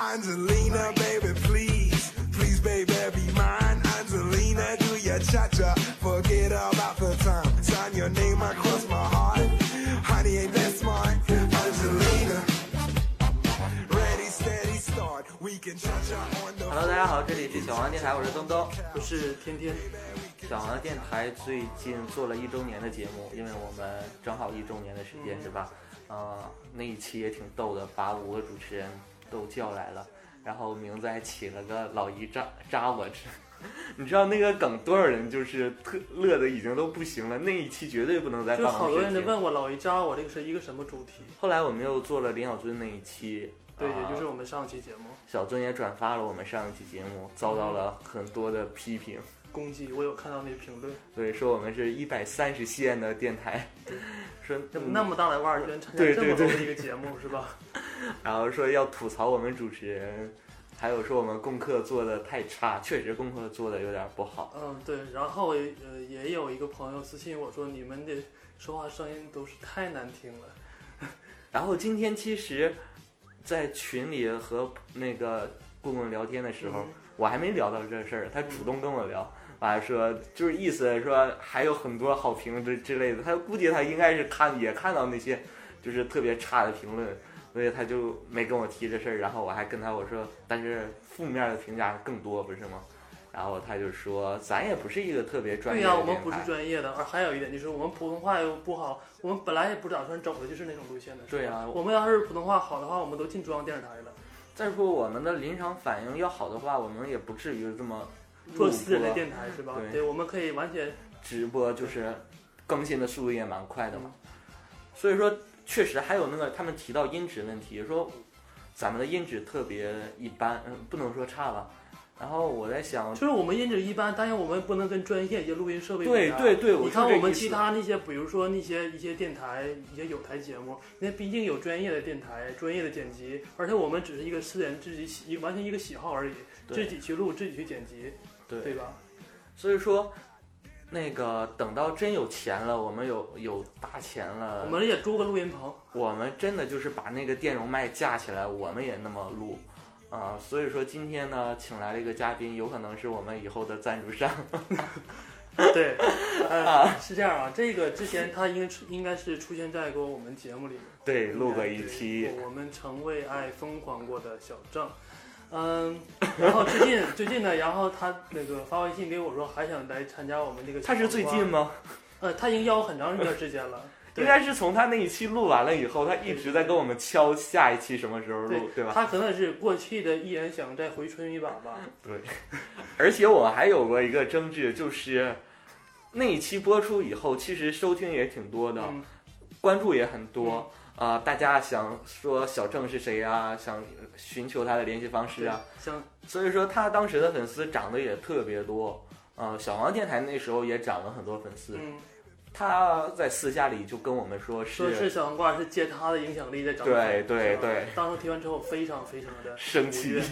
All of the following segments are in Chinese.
Angelina, baby, please, please, baby, be mine. Angelina, do your cha-cha, forget about the time. Sign your name across my heart. Honey, ain't that smart? Angelina, ready, steady, start. We can cha-cha on the Hello，大家好，这里是小黄电台，我是东东。我是天天，小黄电台最近做了一周年的节目，因为我们正好一周年的时间，是吧？呃，那一期也挺逗的，把五个主持人都叫来了，然后名字还起了个“老姨扎扎我吃”， 你知道那个梗多少人就是特乐的已经都不行了，那一期绝对不能再就是放好多人的都问我老姨扎我这个是一个什么主题？后来我们又做了林小尊那一期，对，呃也就是我们上期节目小尊也转发了我们上一期节目，遭到了很多的批评。攻击，我有看到那评论，对，说我们是一百三十线的电台， 说嗯怎么那么大老腕儿居然参加对这么对多对的一个节目是吧？然后说要吐槽我们主持人，还有说我们功课做的太差，确实功课做的有点不好。嗯，对。然后呃，也有一个朋友私信我说，你们的说话声音都是太难听了。然后今天其实，在群里和那个棍棍聊天的时候，嗯我还没聊到这事儿，他主动跟我聊。完哎说就是意思说还有很多好评之之类的，他估计他应该是看也看到那些就是特别差的评论，所以他就没跟我提这事儿。然后我还跟他我说，但是负面的评价更多不是吗？然后他就说咱也不是一个特别专对业呀、的我电台，们不是专业的，而还有一点就是我们普通话又不好，我们本来也不打算走的就是那种路线的。对啊呀我们要是普通话好的话，我们都进中央电视台了。再说我们的临场反应要好的话，我们也不至于这么做录私人的播电台是吧？对对，我们可以完全直播就是更新的速度也蛮快的嘛。所以说，确实还有那个他们提到音质问题，说咱们的音质特别一般，嗯，不能说差吧。然后我在想，就是我们音质一般，但是我们不能跟专业一些录音设备比啊对对对我你就看这我们意思其他那些，比如说那些一些电台、一些有台节目，那毕竟有专业的电台、专业的剪辑，而且我们只是一个私人自己喜，一个完全一个喜好而已，对自己去录、自己去剪辑，对对吧？所以说那个等到真有钱了，我们有有大钱了，我们也租个录音棚，我们真的就是把那个电容麦架起来，我们也那么录。啊、所以说今天呢，请来了一个嘉宾，有可能是我们以后的赞助商。 对，呃，是这样啊。这个之前他应该出应该是出现在过我们节目里面。对，录过一对期，我们曾为爱疯狂过的小郑，嗯，然后最近 最近呢，然后他那个发微信给我说，还想来参加我们这个。他是最近？吗？。呃，他已经邀我很长一段时间了 应该是从他那一期录完了以后，他一直在跟我们敲下一期什么时候对录，对吧？他可能是过去的艺人想再回春一把吧。对。而且我还有过一个争执，就是那一期播出以后，其实收听也挺多的，嗯，关注也很多啊、大家想说小郑是谁啊，想寻求他的联系方式啊，嗯对，像所以说他当时的粉丝涨得也特别多。呃，小王电台那时候也涨了很多粉丝，嗯，他在私下里就跟我们说说是是小黄瓜是借他的影响力在涨粉。对对是吧对。当时听完之后，非常非常的生愉气悦。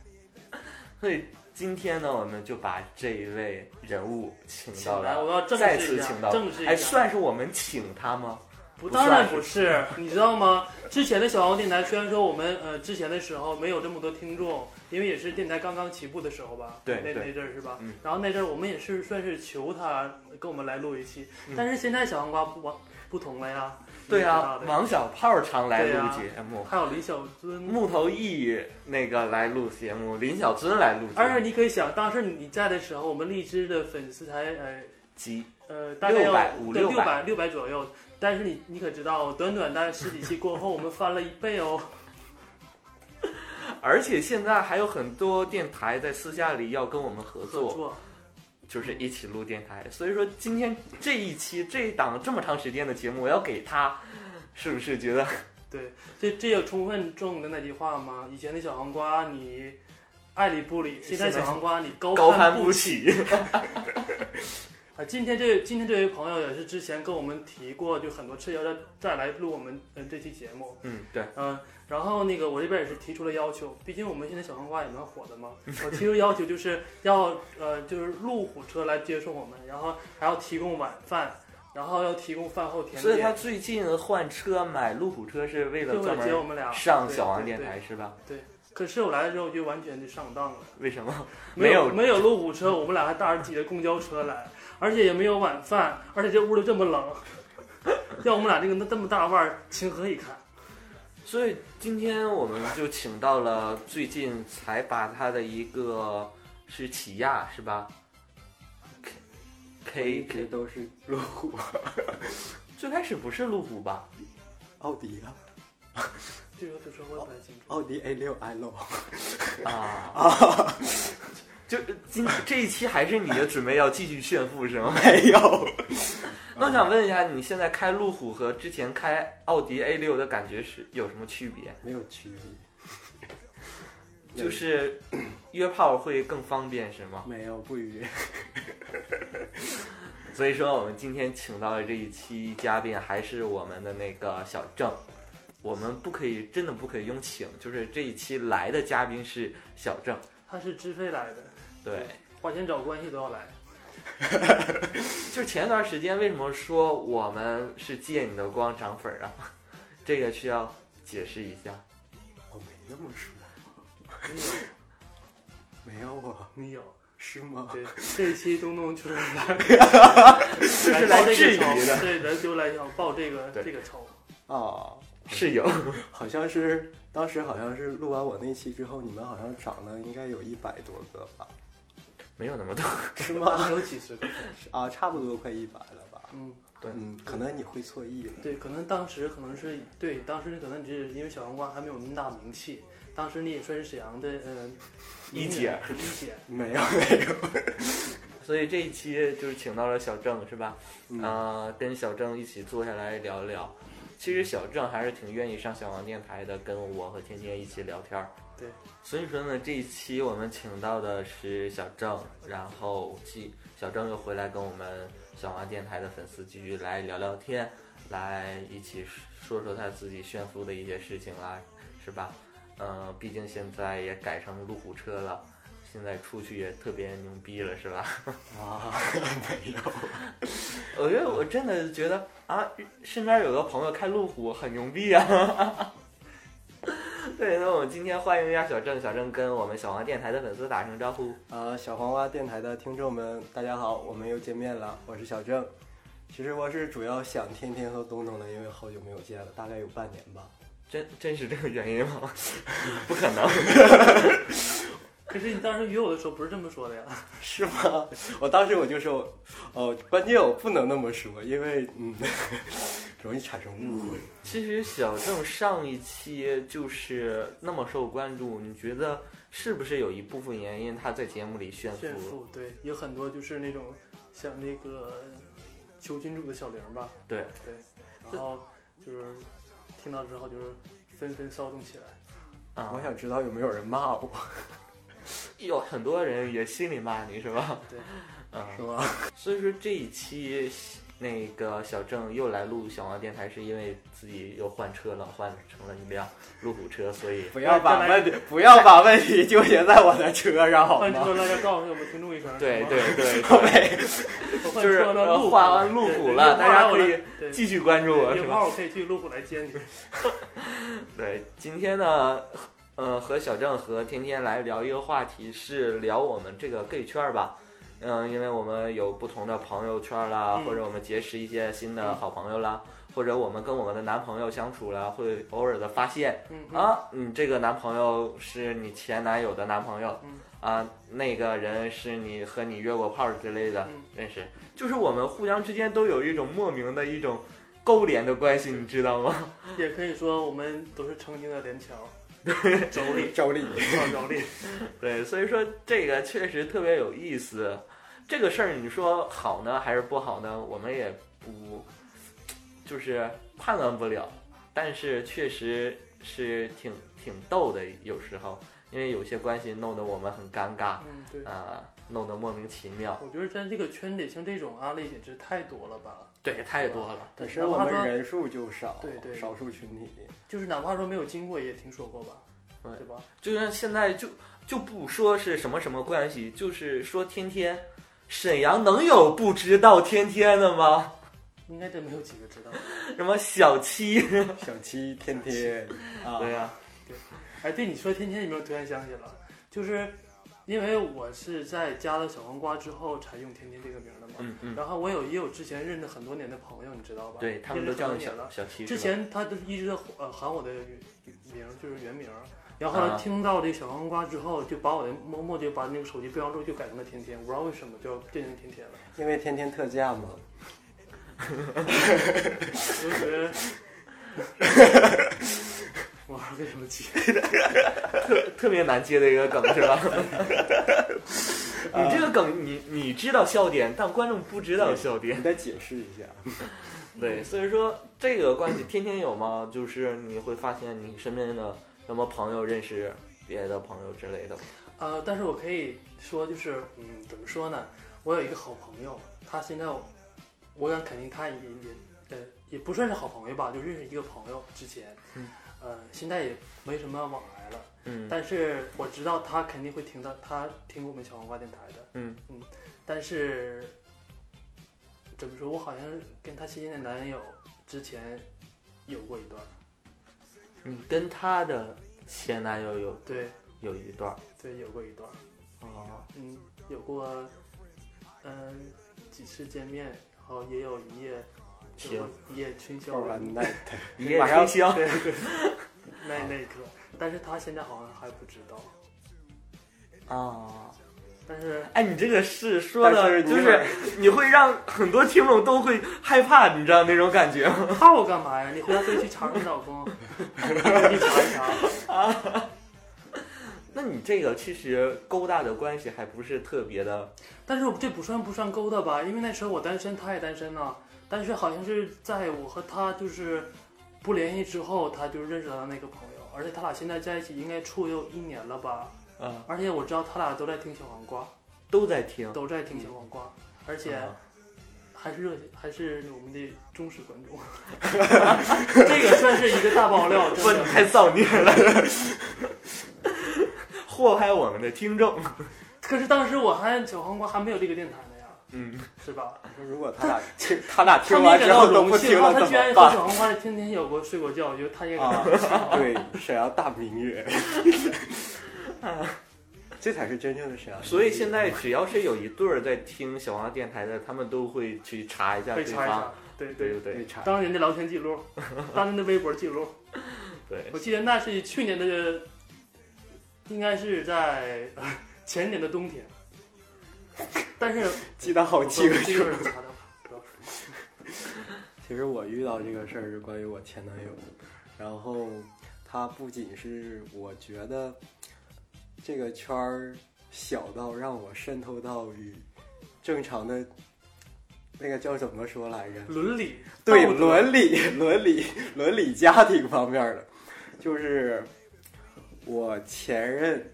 所以今天呢，我们就把这一位人物请请到来，我要了，正再式一次下请到，正式一下。哎，算是我们请他吗？不，不当然算 不是，你知道吗？之前的小黄电台，虽然说我们呃之前的时候没有这么多听众，因为也是电台刚刚起步的时候吧，对那对那阵儿是吧？嗯然后那阵儿我们也是算是求他跟我们来录一期，但是现在小黄瓜不完不同了呀，嗯对你啊知道，的王小炮常来录对啊节目，还有李小尊，木头毅那个来录节目，林小尊来录节目，而且你可以想，当时你在的时候，我们荔枝的粉丝才呃集呃，大概要600五对600六百六百左右。但是你你可知道，短短大概十几期过后，我们翻了一倍哦。而且现在还有很多电台在私下里要跟我们合合作，作，就是一起录电台。所以说今天这一期这一档这么长时间的节目，我要给他，是不是觉得对，这这有充分证明那句话吗？以前的小黄瓜你爱理不理，现在小黄瓜你高高攀攀不不起起？啊！今天这今天这位朋友也是之前跟我们提过，就很多次要再再来录我们嗯这期节目，嗯，对。嗯，然后那个我这边也是提出了要求，毕竟我们现在小黄瓜也蛮火 的嘛，我提出要求就是要呃就是路虎车来接送我们，然后还要提供晚饭，然后要提供饭后甜所以他点，最近换车买路虎车是为了就为专了接我门们俩上小王电对对对台是吧？对可是我来了之后就完全就上当了，为什么？没没有没有路虎车，我们俩还搭着挤着公交车来，而且也没有晚饭，而且这屋里这么冷，要我们俩这个那这么大腕儿，情何以堪？所以今天我们就请到了最近才把他的一个是起亚是吧我一？K 直 K 都是路虎、最开始不是路虎吧？奥迪啊，这个就说我也不太清楚。奥迪 A 六 L。啊， 就今这一期还是你的准备要继续炫富是吗？没有，那我想问一下，你现在开路虎和之前开奥迪 A 六的感觉是有什么区别？没有区别，就是 约炮会更方便是吗？没有不约。所以说我们今天请到的这一期嘉宾还是我们的那个小郑，我们不可以真的不可以用请，就是这一期来的嘉宾是小郑，他是自费来的，对。花钱找关系都要来。就前段时间为什么说我们是借你的光涨粉儿啊？ 这个需要解释一下。我没那么说，你有，没有啊，你有。是吗？对，这一期东东就是来， 是来来报这质个疑的仇，对，咱就来想报这个对这个仇。啊，室友，好像是当时好像是录完我那期之后，你们好像涨了应该有一百多个吧？没有那么多。 是大吗？概有几十个，啊，差不多快一百了吧？嗯，嗯，可能你会错意了。对，可能当时可能是对，当时可能只是因为小黄瓜还没有那么大名气，当时你也算是沈阳的呃一姐，一姐，没有没有，所以这一期就是请到了小郑，是吧？嗯呃，跟小郑一起坐下来聊一聊。其实小郑还是挺愿意上小王电台的，跟我和天天一起聊天儿。对，所以说呢，这一期我们请到的是小郑，然后继小郑又回来跟我们小王电台的粉丝继续来聊聊天，来一起说说他自己炫富的一些事情啦，是吧？嗯、毕竟现在也改成路虎车了，现在出去也特别牛逼了，是吧？啊，没有，我觉得我真的觉得啊，身边有个朋友开路虎很牛逼啊。 对，那我们今天欢迎一下小郑，小郑跟我们小王电台的粉丝打声招呼。呃，小黄蛙电台的听众们，大家好，我们又见面了，我是小郑。其实我是主要想天天和东东了，因为好久没有见了，大概有半年吧。 真真是这个原因吗？ 不可能。 可是你当时约我的时候不是这么说的呀？啊是吗？我当时我就说，哦，关键我不能那么说，因为嗯， 容易产生误会。其实小郑上一期就是那么受关注，你觉得是不是有一部分原因他在节目里炫富？炫富，对，有很多就是那种像那个求君主的小玲儿吧，对，对，啊然后就是听到之后就是纷纷骚动起来。嗯啊、 我想知道有没有人骂我，有很多人也心里骂你是吧？对， 嗯，是吗？所以说这一期那个小郑又来录小王电台，是因为自己又换车了，换成了一辆路虎车，所以不要把问题不要把问题纠结在我的车上好换车吗？了要告诉我们听众一声，对好对吗，对，我换就是车了，呃路虎换完路虎了，对大家可有以炮 对继续关注我，是有吧？炮我可以去路虎 来接你。对，今天呢，呃，和小郑和天天来聊一个话题，是聊我们这个 gay 圈儿吧。嗯，因为我们有不同的朋友圈儿啦，嗯或者我们结识一些新的嗯好朋友啦，或者我们跟我们的男朋友相处啦，会偶尔的发现。嗯，啊，你这个男朋友是你前男友的男朋友，嗯啊，那个人是你和你约过炮之类的嗯认识，就是我们互相之间都有一种莫名的一种勾连的关系，你知道吗？ 也可以说我们都是曾经的连桥，妯娌，周丽，妯 娌。对，所以说这个确实特别有意思。这个事儿你说好呢还是不好呢？我们也不就是判断不了，但是确实是挺挺逗的，有时候因为有些关系弄得我们很尴尬。嗯，对。呃，弄得莫名其妙。我觉得在这个圈里，像这种啊案例简直太多了吧？对，太多了。本身我哪们怕说人数就少，对对少数群体。就是哪怕说没有经过，也听说过吧？对吧？就像现在就就不说是什么什么关系，就是说天天，沈阳能有不知道天天的吗？应该真没有几个知道。什么小七？小七天天啊，对呀、哎，对你说天天有没有突然想起了？就是因为我是在加了小黄瓜之后才用天天这个名儿的嘛。嗯嗯，然后我有也有之前认识很多年的朋友，你知道吧？对他们都认识叫很多你年小了。小七是吧。之前他都一直在呃喊我的名儿，就是原名儿。然后啊呢，听到这小黄瓜之后，就把我的默默就把那个手机备忘录就改成了天天，我不知道为什么就变成天天了。因为天天特价嘛。我就觉得，我玩为什么急？特别难接的一个梗是 吧？你这个梗，你你知道笑点，但观众不知道笑点你。再解释一下，对，所以说这个关系天天有吗？就是你会发现你身边的什么朋友认识别的朋友之类的。 呃，但是我可以说，就是嗯，怎么说呢？我有一个好朋友，他现在我我敢肯定他也也呃也不算是好朋友吧，就认识一个朋友之前，嗯，呃，现在也没什么往来了。嗯但是我知道他肯定会听到，他听过我们小黄瓜电台的。嗯但是怎么说，我好像跟他现在的男友之前有过一段，你跟她的前男友有对有一段儿对，有过一段。哦，嗯，有过，嗯、几次见面，然后也有一夜，行有过一夜春宵要不的然那一夜马上清香。那那一刻，但是他现在好像还不知道，啊。但是哎，你这个是说但的，是你就一会是儿你会让很多听众都会害怕，你知道那种感觉 吗？怕我干嘛呀？你回家自己去查你老公，你查一查。那你这个其实勾搭的关系还不是特别的，但是我这不算不算勾搭吧，因为那时候我单身，他也单身呢。但是好像是在我和他就是不联系之后，他就认识了那个朋友，而且他俩现在在一起应该处有一年了吧。啊，而且我知道他俩都在听小黄瓜，都在听。嗯都在听小黄瓜，而且啊还是热心，还是我们的忠实观 众，这个算是一个大爆料，不，真你的。太造孽了， 祸害我们的听众。可是当时我还小黄瓜还没有这个电台呢呀，嗯， 是吧？如果他俩听，他俩他听没完感之到后都不荣幸听啊，了他怎居然么和办？小黄瓜天天有过睡过觉，我觉得他也感到啊荣幸 啊，对，沈阳大名曰， 这才是真正的沈阳。所以现在只要是有一对儿在听小王电台的，他们都会去查一下被对查一查方。，对对对。对对查当年的聊天记录，当年的微博记 录，对，我记得那是去年的，应该是在呃前年的冬天，但是记得好清我这楚个。人查到不要说其实我遇到这个事儿是关于我前男友，然后他不仅是我觉得这个圈儿小到让我渗透到与正常的那个叫怎么说来着？伦理，对道德伦理、 伦理、伦理家庭方面的，就是我前任，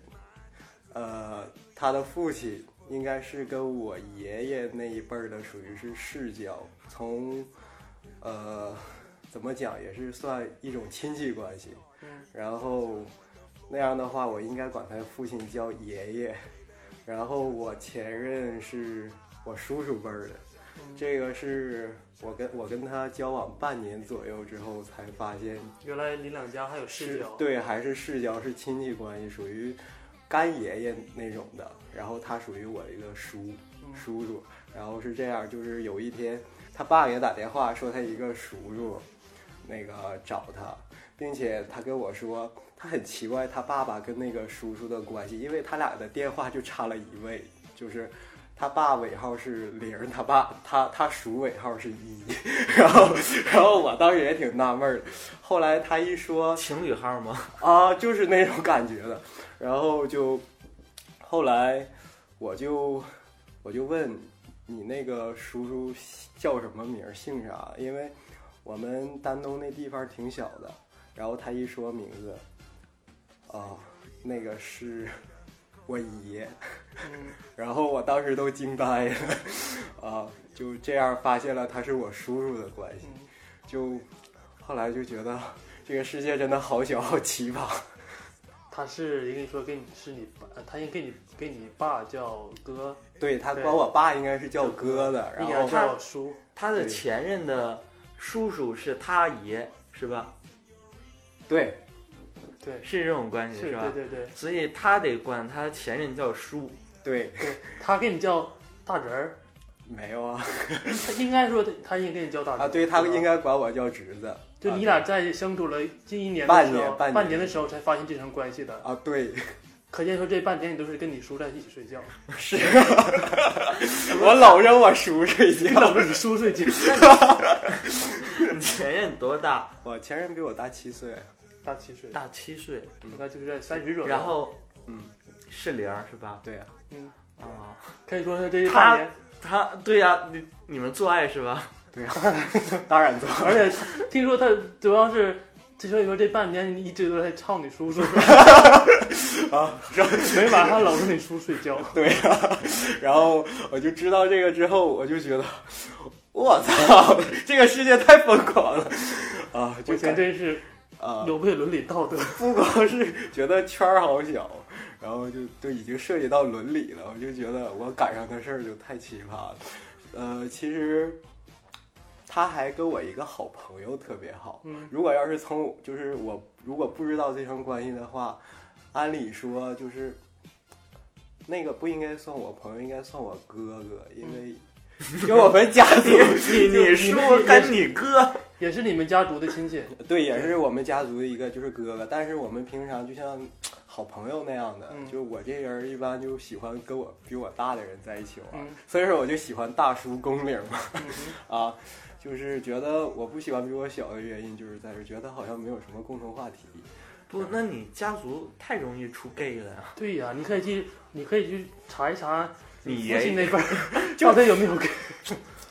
呃，他的父亲应该是跟我爷爷那一辈儿的，属于是世交，从呃怎么讲也是算一种亲戚关系。嗯，然后那样的话，我应该管他父亲叫爷爷。然后我前任是我叔叔辈儿的，这个是我跟我跟他交往半年左右之后才发现原来你两家还有世是交，，对还是世交是亲戚关系，属于干爷爷那种的。然后他属于我一个叔嗯叔叔，然后是这样，就是有一天他爸给他打电话说他一个叔叔那个找他，并且他跟我说他很奇怪他爸爸跟那个叔叔的关系，因为他俩的电话就差了一位，就是。他爸尾号是零，他爸他他叔尾号是一， 然后然后我当时也挺纳闷儿的，后来他一说情侣号吗？啊，就是那种感觉的。然后就后来我就我就问你那个叔叔叫什么名儿，姓啥？因为我们丹东那地方挺小的。然后他一说名字，啊，那个是我爷。嗯， 然后我当时都惊呆了，啊，就这样发现了他是我叔叔的关系。嗯就后来就觉得这个世界真的好小好 奇葩。他是也跟你说跟你是你爸，他应该跟你跟你爸叫哥，对他对管我爸应该是叫哥的，你然给他后叫叔，他的对前任的叔叔是他爷，是吧？对对，是这种关系是，吧对？对对，所以他得管他前任叫叔，对，他给你叫大侄 儿，没有啊他应该说他应该给你叫大侄儿啊，对他吧应该管我叫侄子，就啊你俩在相处了近一年的半时候，年半年半年的时候才发现这层关系的，啊， 对，可见说这半年你都是跟你叔在一起睡 觉，我老让我叔睡 觉，搂着你叔睡 觉，你前任多大？我前任比我大七岁，大七岁，大七岁，应该就是在三十左右。然后嗯，是零儿是吧？对啊， 嗯，啊，可以说是这他半年，他对呀、你你们做爱是吧？对啊，当然做， 而且听说他主要是，所以说这半年你一直都在操你叔叔， 啊，每晚上搂着你叔睡觉。对啊，然后我就知道这个之后，我就觉得，我操，这个世界太疯狂了啊！我就以前感真是啊，有悖伦理道德，不光是 觉得圈儿好小，然后就都已经涉及到伦理了，我就觉得我赶上的事儿就太奇葩了。呃，其实他还跟我一个好朋友特别好，嗯，如果要是从就是我如果不知道这层关系的话，按理说就是那个不应该算我朋友，应该算我哥哥，因为 因为我们家族你你你叔跟你哥，也是你们家族的亲戚，对也是我们家族的一个就是哥哥，但是我们平常就像好朋友那样的，嗯就是我这人一般就喜欢跟我比我大的人在一起玩，嗯所以说我就喜欢大叔公领嘛嗯 啊。就是觉得我不喜欢比我小的原因，就是在于觉得好像没有什么共同话题。不，那你家族太容易出 gay 了呀。对呀，你可以去，你可以去查一查你父爷亲爷那边儿 到底有没有给。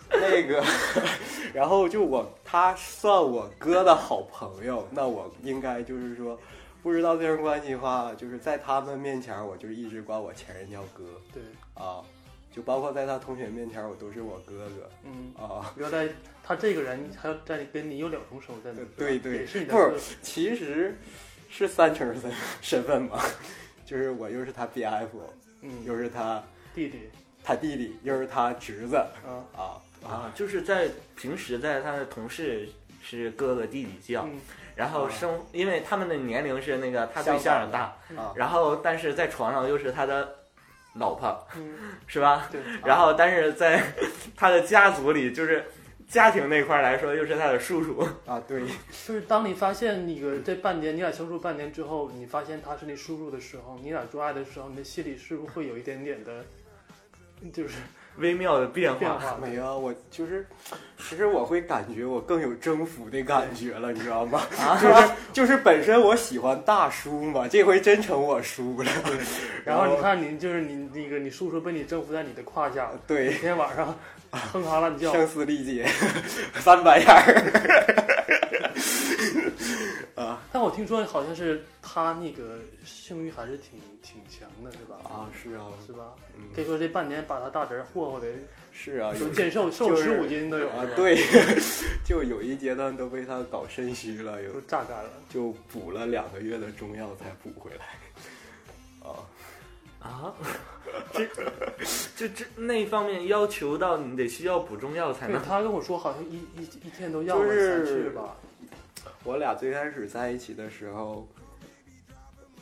那个， 然后就我他算我哥的好朋友，那我应该就是说，不知道这层关系的话，就是在他们面前，我就一直管我前任叫哥对，啊，就包括在他同学面前，我都是我哥哥嗯，啊。原来他这个人还要在跟你有两重身份，对对吧，也对是你，的不是，其实是三重身身份嘛，就是我又是他 BF，嗯又是他弟弟他弟弟，又是他侄子啊，啊啊，啊，就是在平时在他的同事是哥哥弟弟叫，嗯，然后生，因为他们的年龄是那个他对相象反的的大，啊然后但是在床上又是他的老婆，嗯是吧？对，然后但是在他的家族里，就是家庭那块儿来说，又是他的叔 叔。啊，对，就是当你发现你个这半年，你俩相处半年之后，你发现他是你叔叔的时候，你俩做爱的时候，你的心里是不是会有一点点的，就是微妙的变变化，化？啊没有，我就是，其实我会感觉我更有征服的感觉了，你知道吗？就是就是本身我喜欢大叔嘛，这回真成我叔了。然后你看你就是你那个你叔叔被你征服在你的胯下， 对每，天晚上哼哈乱叫，声嘶力竭， 三白眼儿。但我听说好像是他那个性欲还是挺挺强的，是吧？啊，是啊，是吧？嗯可以说这半年把他大侄儿霍霍的，是啊，有就健瘦瘦就是十五斤都有，啊，对， 就有一阶段都被他搞肾虚了，有都榨干了。就补了两个月的中药才补回来。 啊，啊， 这这这那方面要求到你得需要补中药才对能。他跟我说，好像一一一天都要就了三是次吧。我俩最开始在一起的时候，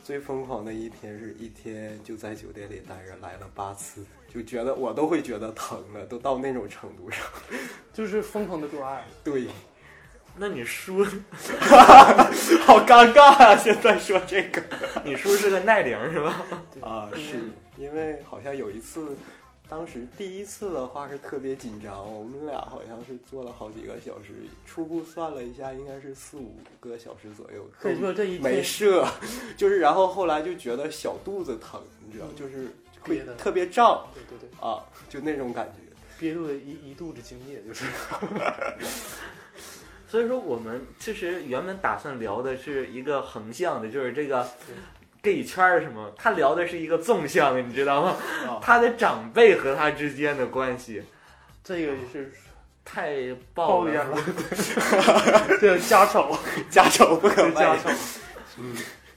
最疯狂的一天是一天就在酒店里待着来了八次，就觉得我都会觉得疼了，都到那种程度上。就是疯狂的做爱，对， 那你叔， 好尴尬啊！现在说这个你叔是个耐龄是吧？啊，是嗯因为好像有一次，当时第一次的话是特别紧张，我们俩好像是做了好几个小时，初步算了一下，应该是四五个小时左右。可以说这一没天射， 就是然后后来就觉得小肚子疼，你知道，就是会嗯憋的特别胀对对对，啊，就那种感觉。憋住了一一肚子精液，就是所以说我们其实原本打算聊的是一个横向的，就是这个 gay 圈儿什么，他聊的是一个纵向的，你知道吗哦？ 他的长辈和他之间的关系 这个也是太抱爆怨了了。， 这家丑，家丑不可这家外丑，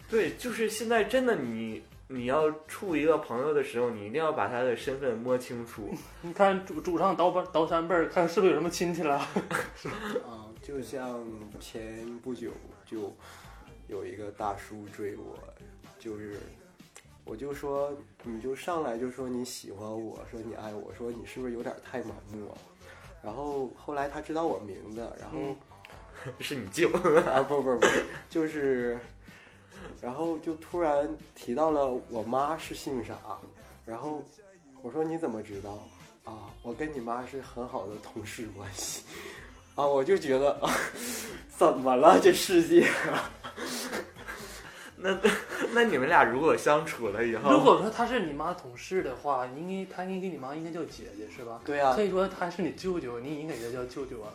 对，就是现在真的你。你要处一个朋友的时候，你一定要把他的身份摸清楚。 你看祖祖上倒班倒三辈儿，看是不是有什么亲戚了？啊，就像前不久就。有一个大叔追我，就是我就说你就上来就说你喜欢我，说你爱我，说你是不是有点太盲目了？然后后来他知道我名字，然后、嗯是你舅，啊，不不不，就是，然后就突然提到了我妈是姓啥，然后我说你怎么知道啊？我跟你妈是很好的同事关系啊，我就觉得、啊、怎么了这世界？啊那那你们俩如果相处了以后，嗯如果说她是你妈同事的话，你应该她应该你妈应该叫姐姐是吧？对啊所，以说她是你舅舅，你应该给她叫舅舅啊。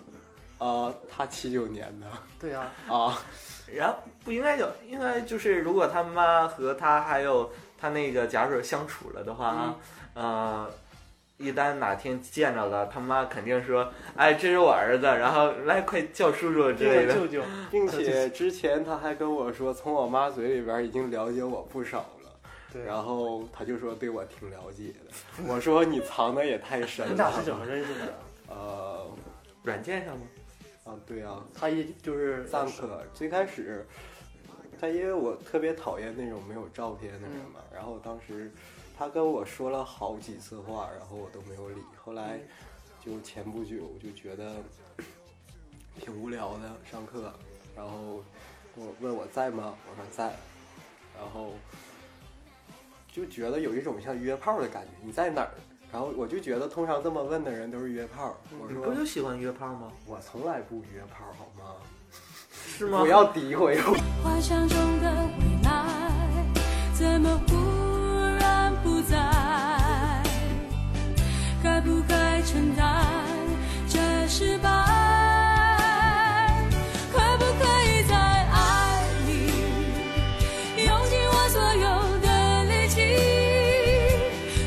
啊，他七九年的对呀、啊，啊，然后不应该有，应该就是如果他妈和他还有他那个假如说相处了的话啊，呃，一旦哪天见着了，他妈肯定说，哎，这是我儿子，然后来快叫叔叔之类这个的。舅舅，并且之前他还跟我说，从我妈嘴里边已经了解我不少了。对，然后他就说对我挺了解的，我说你藏的也太深了。你俩是怎么认识的？呃，软件上吗？啊，对啊，她一就是赞可最开始，他因为我特别讨厌那种没有照片的人嘛，然后当时他跟我说了好几次话，然后我都没有理。后来就前不久我就觉得挺无聊的，上课，然后我问我在吗？我说在，然后就觉得有一种像约炮的感觉，你在哪儿？然后我就觉得，通常这么问的人都是约炮。我你嗯不说就喜欢约炮吗？我从来不约炮，好吗？是吗？不要诋毁我。幻想中的未来，怎么忽然不在？该不该承担这失败？可不可以在爱里用尽我所有的力气？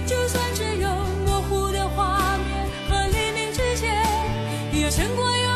就算只有模糊的画面和黎明之前，也胜过有。